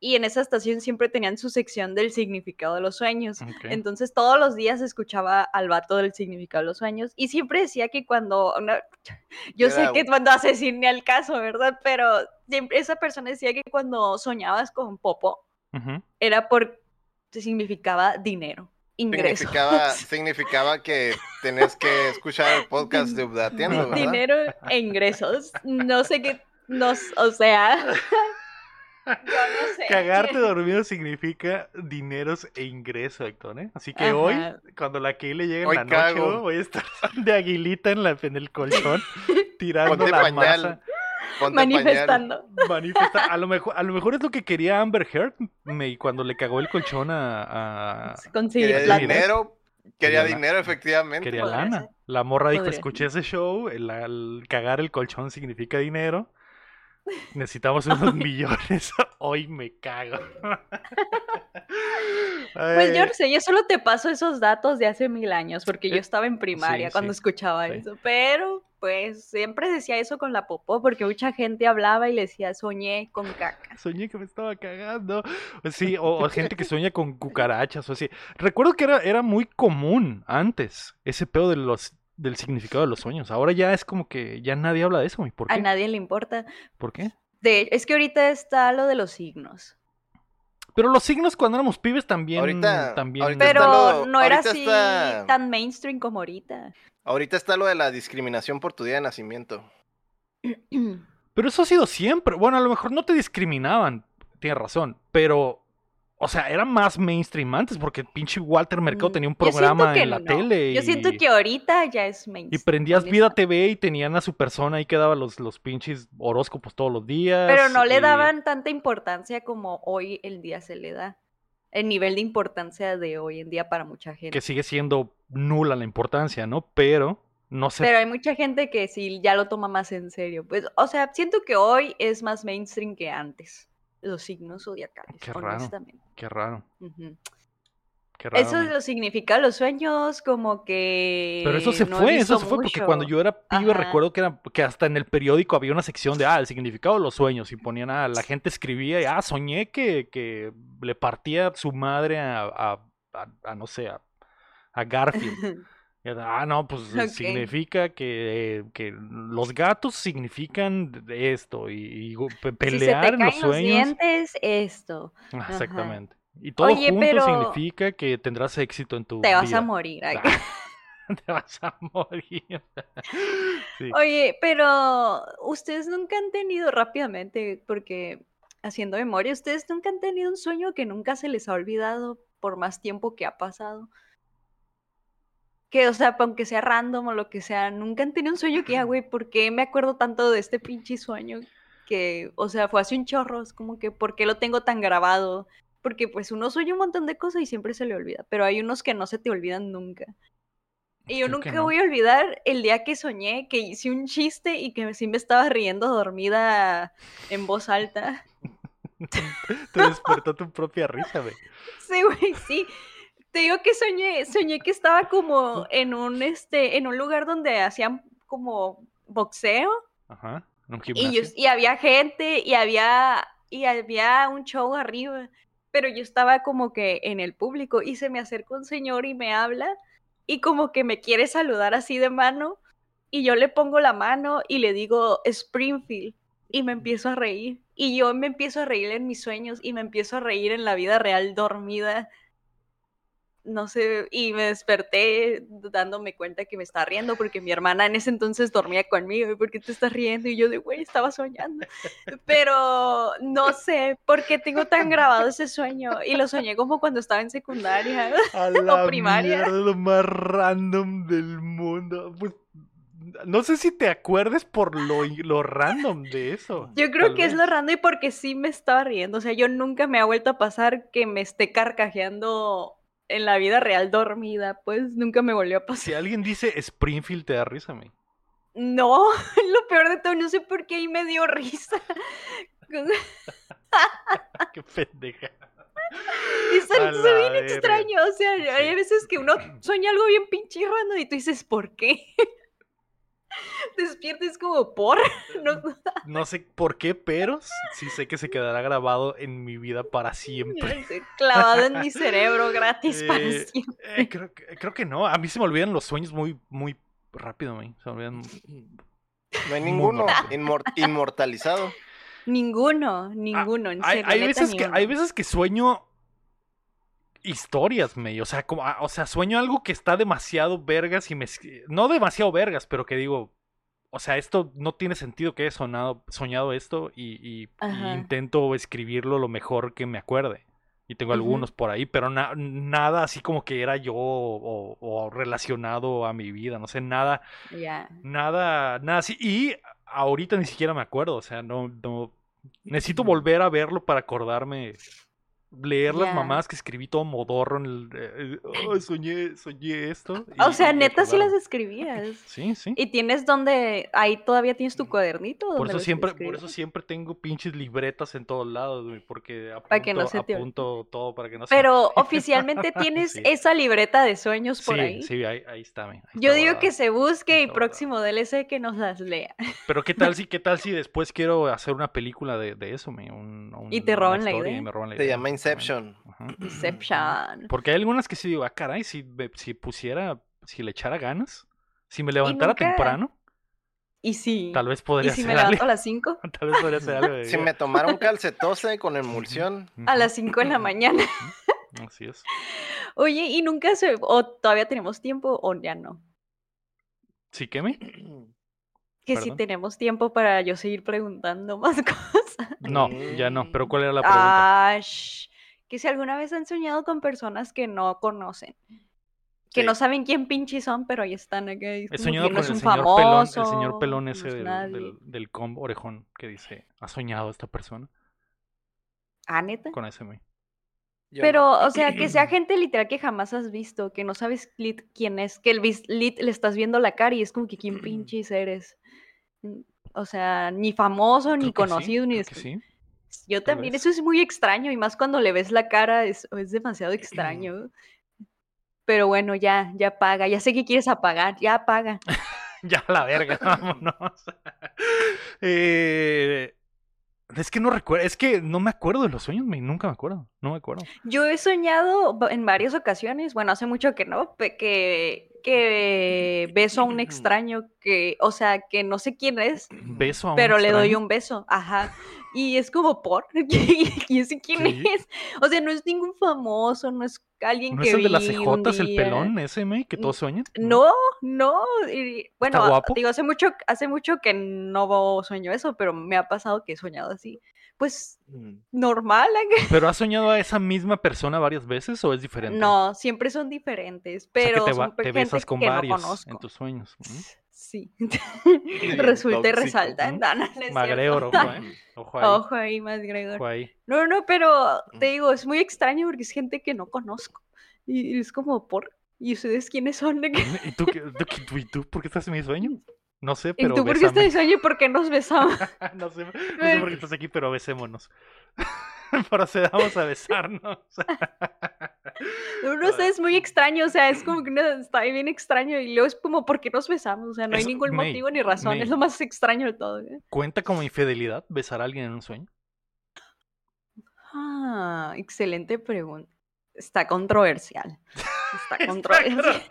y en esa estación siempre tenían su sección del significado de los sueños.
Ok.
Entonces todos los días escuchaba al vato del significado de los sueños y siempre decía que cuando... una- [LAUGHS] Yo sé
Era
que
un-
cuando asesiné al caso, ¿verdad? Pero siempre esa persona decía que cuando soñabas con Popo [LAUGHS]
Ujú.
era por... significaba dinero, ingresos. [LAUGHS]
Significaba, significaba que tenías que escuchar el podcast de Updateando, ¿verdad?
dinero e ingresos. No sé qué... Nos, o sea... [LAUGHS] yo no sé.
Cagarte dormido significa dineros e ingreso, Héctor, ¿eh? Así que hoy,
Ajá.
cuando la que le llegue en
Hoy
la noche,
cago.
güey, voy a estar [LAUGHS] de aguilita en, la, en el
[LAUGHS]
colchón, tirando
Ponte
la
pañal.
masa.
Ponte pañal.
Manifestando.
Manifiesta. A lo, mejor, a lo mejor es lo que quería Amber Heard May, cuando le cagó el colchón a. a-
Conseguir
Quería
Plata.
plata.
dinero, quería
Quería la-
dinero, efectivamente.
Quería
Podría
lana.
ser.
La morra dijo:
Podría.
Escuché ese show, el, al cagar el colchón significa
[LAUGHS]
dinero. Necesitamos unos millones. [LAUGHS] Hoy me cago.
Pues yo
Ay,
no sé, yo solo te paso esos datos de hace mil años, porque yo
Eh,
estaba en primaria
sí,
cuando
sí,
escuchaba
sí.
eso, pero pues siempre decía eso con la popó, porque mucha gente hablaba y le decía, soñé con caca.
Soñé que me estaba cagando.
[LAUGHS]
Sí, o, o gente que sueña con cucarachas o así. Recuerdo que era, era muy común antes ese pedo de los, del significado de los sueños. Ahora ya es como que ya nadie habla de eso. güey. ¿Por
A
qué?
nadie le importa.
¿Por qué?
De, es que ahorita está lo de los signos.
Pero los signos cuando éramos pibes también.
Ahorita-
también
ahorita está
Pero
lo-
no era
ahorita
así
está-
tan mainstream como ahorita.
Ahorita está lo de la discriminación por tu día de nacimiento.
Pero eso ha sido siempre. Bueno, a lo mejor no te discriminaban, tienes razón, pero. O sea, era más mainstream antes porque pinche Walter Mercado
Mm,
tenía un
yo siento
programa
que
en la
no.
tele.
Yo siento
y-
que ahorita ya es mainstream.
Y prendías
honesta-
Vida TV y tenían a su persona ahí que daba los, los pinches horóscopos todos los días.
Pero no
y-
le daban tanta importancia como hoy el día se le da. El nivel de importancia de hoy en día para mucha gente.
Que sigue siendo nula la importancia, ¿no? Pero no sé.
Pero hay mucha gente que sí ya lo toma más en serio. Pues, o sea, siento que hoy es más mainstream que antes. Los signos zodiacales,
Qué raro.
honestamente.
Qué raro.
Ujú.
Qué raro.
Eso
man.
lo significa los sueños, como que.
Pero eso se
no he
fue, eso
visto
se fue, porque cuando
mucho.
yo era pibe
Ajá.
recuerdo que, era, que hasta en el periódico había una sección de, ah, el significado de los sueños, y ponían, ah, la gente escribía, y, ah, soñé que, que le partía su madre a, a- a- a, no sé, a, a Garfield.
[LAUGHS]
Y era, ah, no, pues eh,
Ok.
significa que, eh, que los gatos significan esto, y, y go- pe-
si se te
pelear
caen
en los
los
sueños.
dientes, esto.
Ah,
ajá.
Exactamente. Y todo
Oye,
junto
pero-
significa que tendrás éxito en tu
Te vas
vida.
a morir. ay.
Ah, Te vas a morir. Sí.
[LAUGHS] Oye, pero ustedes nunca han tenido rápidamente, porque haciendo memoria, ustedes nunca han tenido un sueño que nunca se les ha olvidado por más tiempo que ha pasado. Que, o sea, pa- aunque sea random o lo que sea, nunca han tenido un sueño que,
[LAUGHS]
ah, güey, ¿por qué me acuerdo tanto de este pinche sueño? Que, o sea, fue hace un chorro, es como que, ¿por qué lo tengo tan grabado? Porque pues uno sueña un montón de cosas y siempre se le olvida, pero hay unos que no se te olvidan nunca. Y yo
Creo que
nunca
no.
voy a olvidar el día que soñé que hice un chiste y que sí me estaba riendo dormida en voz alta. [LAUGHS]
Te despertó tu propia risa, güey.
Sí, güey, sí. Te digo que soñé, soñé que estaba como en un este, en un lugar donde hacían como boxeo
Ajá. En un
y,
gimnasio.
yo- y había gente y había y había un show arriba, pero yo estaba como que en el público y se me acerca un señor y me habla y como que me quiere saludar así de mano y yo le pongo la mano y le digo Springfield y me empiezo a reír y yo me empiezo a reír en mis sueños y me empiezo a reír en la vida real dormida. no sé, y me desperté dándome cuenta que me estaba riendo porque mi hermana en ese entonces dormía conmigo y por qué te estás riendo y yo de güey, estaba soñando. Pero no sé por qué tengo tan grabado ese sueño y lo soñé como cuando estaba
[LAUGHS]
en secundaria [LAUGHS]
A la
o primaria.
mierda, lo más random del mundo. Pues, no sé si te acuerdes por lo, lo random de eso.
Yo creo
tal
que es
vez.
lo random y porque sí me estaba riendo. O sea, yo nunca me ha vuelto a pasar que me esté carcajeando en la vida real dormida, pues nunca me volvió a pasar.
Si alguien dice Springfield, te da risa,
[LAUGHS]
me.
No, [LAUGHS] lo peor de todo, no sé por qué ahí me dio risa.
Qué pendeja.
Y son,
A
son
la
bien
verga.
extraño. O sea, hay veces
[CLEARS THROAT]
que uno sueña algo bien pinche random y tú dices, ¿por qué? [LAUGHS] Despiertes como por. [LAUGHS] No,
No sé por qué, pero s- sí sé que se quedará grabado en mi vida para siempre. [LAUGHS]
clavado en mi cerebro gratis para
Eh,
siempre.
Eh, creo, que- creo que no. A mí se me olvidan los sueños muy, muy rápido, me. Se me olvidan.
No hay
Muy
ninguno
normal.
inmor- inmortalizado.
Ninguno, ninguno, en
Ah, Hay,
serio.
hay
neta,
veces
ni
que,
uno.
hay veces que sueño historias, me. O sea, como, ah, o sea, sueño algo que está demasiado vergas y me. No demasiado vergas, pero que digo. O sea, esto no tiene sentido que haya sonado, soñado esto y, y- y
Ajá.
intento escribirlo lo mejor que me acuerde. Y tengo
Ujú.
algunos por ahí, pero na- nada así como que era yo o- o relacionado a mi vida. No sé, nada
Ya.
Nada, nada así. Y ahorita ni siquiera me acuerdo. O sea, no, no. Necesito
Ujú.
volver a verlo para acordarme. Leer las
Ya.
mamás que escribí todo modorro en el. eh, eh,
[LAUGHS]
"Ay, soñé, soñé esto. y-
O sea,
y
neta sí las
acordarme.
escribías.
Sí, sí.
Y tienes donde, ahí todavía tienes tu cuadernito.
Por
donde
eso
los
siempre, por eso
escribes?
siempre tengo pinches libretas en todos lados, güey, porque apunto,
Para que no se te olvide.
apunto todo para que no se [LAUGHS]
Pero oficialmente tienes
Sí.
esa libreta de sueños por
sí,
ahí.
sí, ahí, ahí está. mi, ahí
Yo
está
digo
guardada.
que se busque y
está guardada.
próximo DLC que nos las lea.
Pero qué tal si, qué tal si después quiero hacer una película de, de eso, mi, un-
Y
un-
te
una
roban la
historia y
idea.
me roban la
Se
idea,
llama
exactamente.
Inception.
Ajá.
Inception.
Porque hay algunas que sí digo, ah, caray, si, me- si pusiera, si le echara ganas, si me levantara
nunca-
temprano,
Y sí.
tal vez podría
y si
hacer [LAUGHS]
me
algo.
levanto a las 5,
Tal vez podría hacer algo de
Si
vida.
me tomara un calcetose con emulsión,
Ujú,
a las 5 en la mañana. [LAUGHS]
ujú, Así es.
Oye, y nunca se. O todavía tenemos tiempo o ya no.
¿Sí que me?
Que si
Perdón.
tenemos tiempo para yo seguir preguntando más [LAUGHS] cosas.
No, ya no. Pero ¿cuál era la pregunta?
Mm. Ah, sh- que si alguna vez han soñado con personas que no conocen.
Sí.
Que no saben quién pinches son, pero ahí están acá. es
He
como
soñado
que
con
no
el
es un
señor pelón,
famoso,
el señor pelón
no
ese
es
del,
nadie.
del, del com orejón que dice, ¿ha soñado esta persona?
Ah, neta.
Con ese me.
yo no.
Pero, o sea,
[CLEARS THROAT]
que sea gente literal que jamás has visto, que no sabes lit- quién es, que el vis- lit le estás viendo la cara y es como que
Mm.
quién pinches eres. Mm, O sea, ni famoso,
Creo que
ni
sí,
conocido, ni
creo
desco-
que sí.
Yo
tal
también,
vez.
eso es muy extraño y más cuando le ves la cara es,
[CLEARS THROAT]
es demasiado extraño. Pero bueno, ya, ya apaga, ya sé que quieres apagar, ya apaga.
[LAUGHS] Ya la
[LAUGHS]
verga, vámonos. [LAUGHS] Eh, es que no recuerdo, es que no me acuerdo de los sueños, me, nunca me acuerdo, no me acuerdo.
Yo he soñado va- en varias ocasiones, bueno, hace mucho que no, pe- que,
[CLEARS THROAT]
que beso a un extraño que, o sea, que no sé quién es,
Beso a un
pero le doy
extraño.
un beso, ajá. Y es como por, [LAUGHS] y ese quién
Sí.
es. O sea, no es ningún famoso, no es alguien
¿No
que
es el de
vi
las
un
cejotas, el
día.
pelón ese, me, que todos sueñan?
No, no. y- bueno, a-
guapo?
digo, hace mucho, hace mucho que no vo- sueño eso, pero me ha pasado que he soñado así. Pues
Mm.
normal, [LAUGHS] ¿a qué?
[LAUGHS] ¿Pero has soñado a esa misma persona varias veces o es diferente? O
no, siempre son diferentes,
sea,
pero
que te,
son
va- te
gente
besas con
que
varios
no conozco.
en tus
[LAUGHS]
sueños. Mm, ¿no? [LAUGHS]
Sí,
Bien
resulta y
tóxico.
resalta.
¿Mm?
[LAUGHS] No, no, no es cierto.
Magregor, ojo, ¿eh? Ojo ahí.
[LAUGHS] Ojo ahí, más Gregor.
ojo ahí.
No, no, pero te
Mm.
digo, es muy extraño porque es gente que no conozco. Y es como, ¿por? ¿Y ustedes quiénes son? ¿De qué?
¿Y tú, qué- tú qué- tú- y tú por qué estás en mi sueño? No sé,
¿Y
pero
tú por qué
bésame.
estás sueño y por qué
[LAUGHS]
nos besamos?
no, sé, no sé por qué estás aquí, pero besémonos. Procedamos a besarnos.
No, no sé, es muy extraño, o sea, es como que no, está bien extraño y luego es como, ¿por qué nos besamos? O sea, no hay
Eso-
ningún
May,
motivo ni razón,
May.
es lo más extraño de todo. ¿eh?
¿Cuenta como infidelidad besar a alguien en un sueño?
Ah, excelente pregunta. Está controversial.
[LAUGHS]
Está controversial.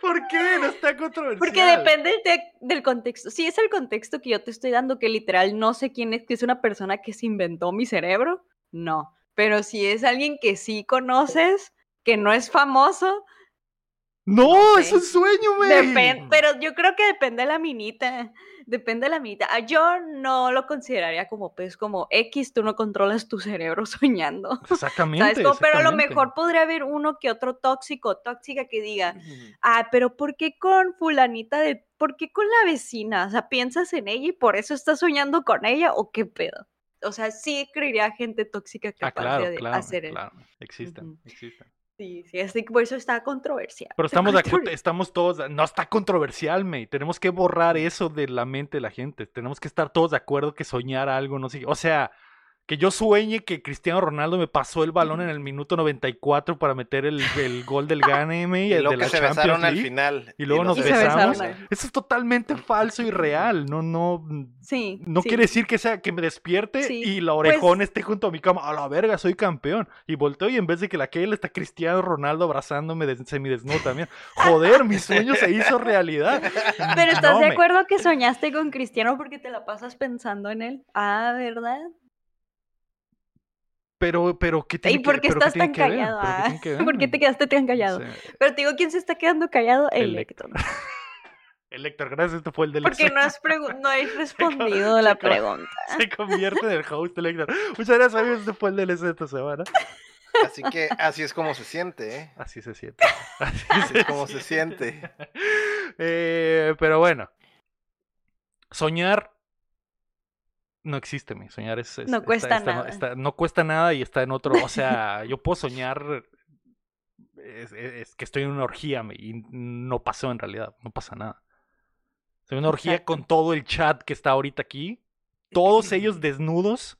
¿Por qué? No está controversial.
Porque depende del te- del contexto. Si es el contexto que yo te estoy dando, que literal no sé quién es, que es una persona que se inventó mi cerebro, no. Pero si es alguien que sí conoces, que no es famoso,
No,
sé.
es un sueño, güey.
depen- pero yo creo que depende de la minita. Depende de la minita. Ah, Yo no lo consideraría como pues como X, tú no controlas tu cerebro [LAUGHS] soñando.
Exactamente.
¿Sabes? Como, pero a lo
exactamente.
mejor podría haber uno que otro tóxico, o tóxica que diga, ah, pero ¿por qué con fulanita de, por qué con la vecina? O sea, piensas en ella y por eso estás soñando con ella o qué pedo. O sea, sí creería gente tóxica
Ah,
capaz
claro,
de
claro,
hacer eso.
claro. Existen,
Ujú.
existen.
Sí, sí, así que por eso [LAUGHS] está controversial.
Pero estamos de acu-
Controversial.
estamos todos, de- no está controversial, me. Tenemos que borrar eso de la mente de la gente. Tenemos que estar todos de acuerdo que soñar algo, no sé, o sea, que yo sueñe que Cristiano Ronaldo me pasó el balón en el minuto 94 para meter el, el gol
[LAUGHS]
del Gane, me, y
Y
el
lo
de
que
la
se
Champions
besaron al
League.
final.
y luego
no
nos
se
Y se besaron
besamos.
al-
Eso es totalmente falso y real. No, no,
Sí.
no
sí.
quiere decir que sea que me despierte
Sí,
y la orejón
pues-
esté junto a mi cama. A la verga, soy campeón. Y volteo y en vez de que la Kale está Cristiano Ronaldo abrazándome de semidesnudo también. Joder, mi sueño se hizo realidad.
[LAUGHS] Pero ¿estás
ah, No,
de
me-
acuerdo que soñaste con Cristiano porque te la pasas pensando en él? Ah, ¿verdad?
Pero, pero, ¿qué tiene
¿Y por
que,
qué
pero qué
estás
tiene
tan
que ver?
callado?
¿Pero qué
ah?
tiene que ver?
[LAUGHS] ¿Por qué te quedaste tan callado?
O sea,
Pero te digo, ¿quién se está quedando callado? El
Electro.
Héctor.
el Héctor, gracias, este fue el del
[LAUGHS] Porque no has, pregu- no has
[LAUGHS]
respondido
se
la
acaba-
pregunta.
Se convierte en el host el Héctor. Muchas gracias, amigos. Este fue el DLC de esta semana.
Así que así es como se siente, ¿eh?
Así se siente. [LAUGHS] Así
Así es como se siente.
Eh, pero bueno. Soñar no existe, mi. Soñar es. es-
No
está-
cuesta
está-
nada.
está- no cuesta nada y está en otro. O sea, [LAUGHS] yo puedo soñar. Es, es- es que estoy en una orgía mi, y no pasó en realidad. No pasa nada. Estoy en una orgía
Exacto.
con todo el chat que está ahorita aquí. Todos ellos desnudos.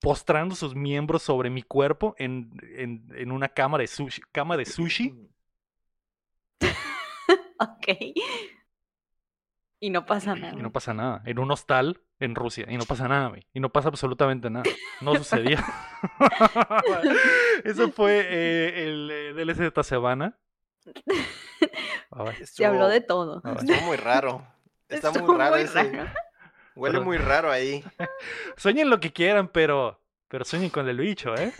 Postrando sus miembros sobre mi cuerpo en, en- en una cama de sushi. Cama de sushi.
Ok. Y no pasa nada.
Y no pasa nada. En un hostal en Rusia. Y no pasa nada, güey. Y no pasa absolutamente nada. No sucedía. [LAUGHS] Eso fue eh, el eh, DLC de esta semana. A ver,
Se habló de
Estuvo-
todo. [LAUGHS]
a ver.
Estuvo muy raro. Está
Estuvo
muy raro ese.
raro.
Huele
Pero-
muy raro ahí.
Sueñen lo que quieran, pero, pero sueñen con el bicho, ¿eh?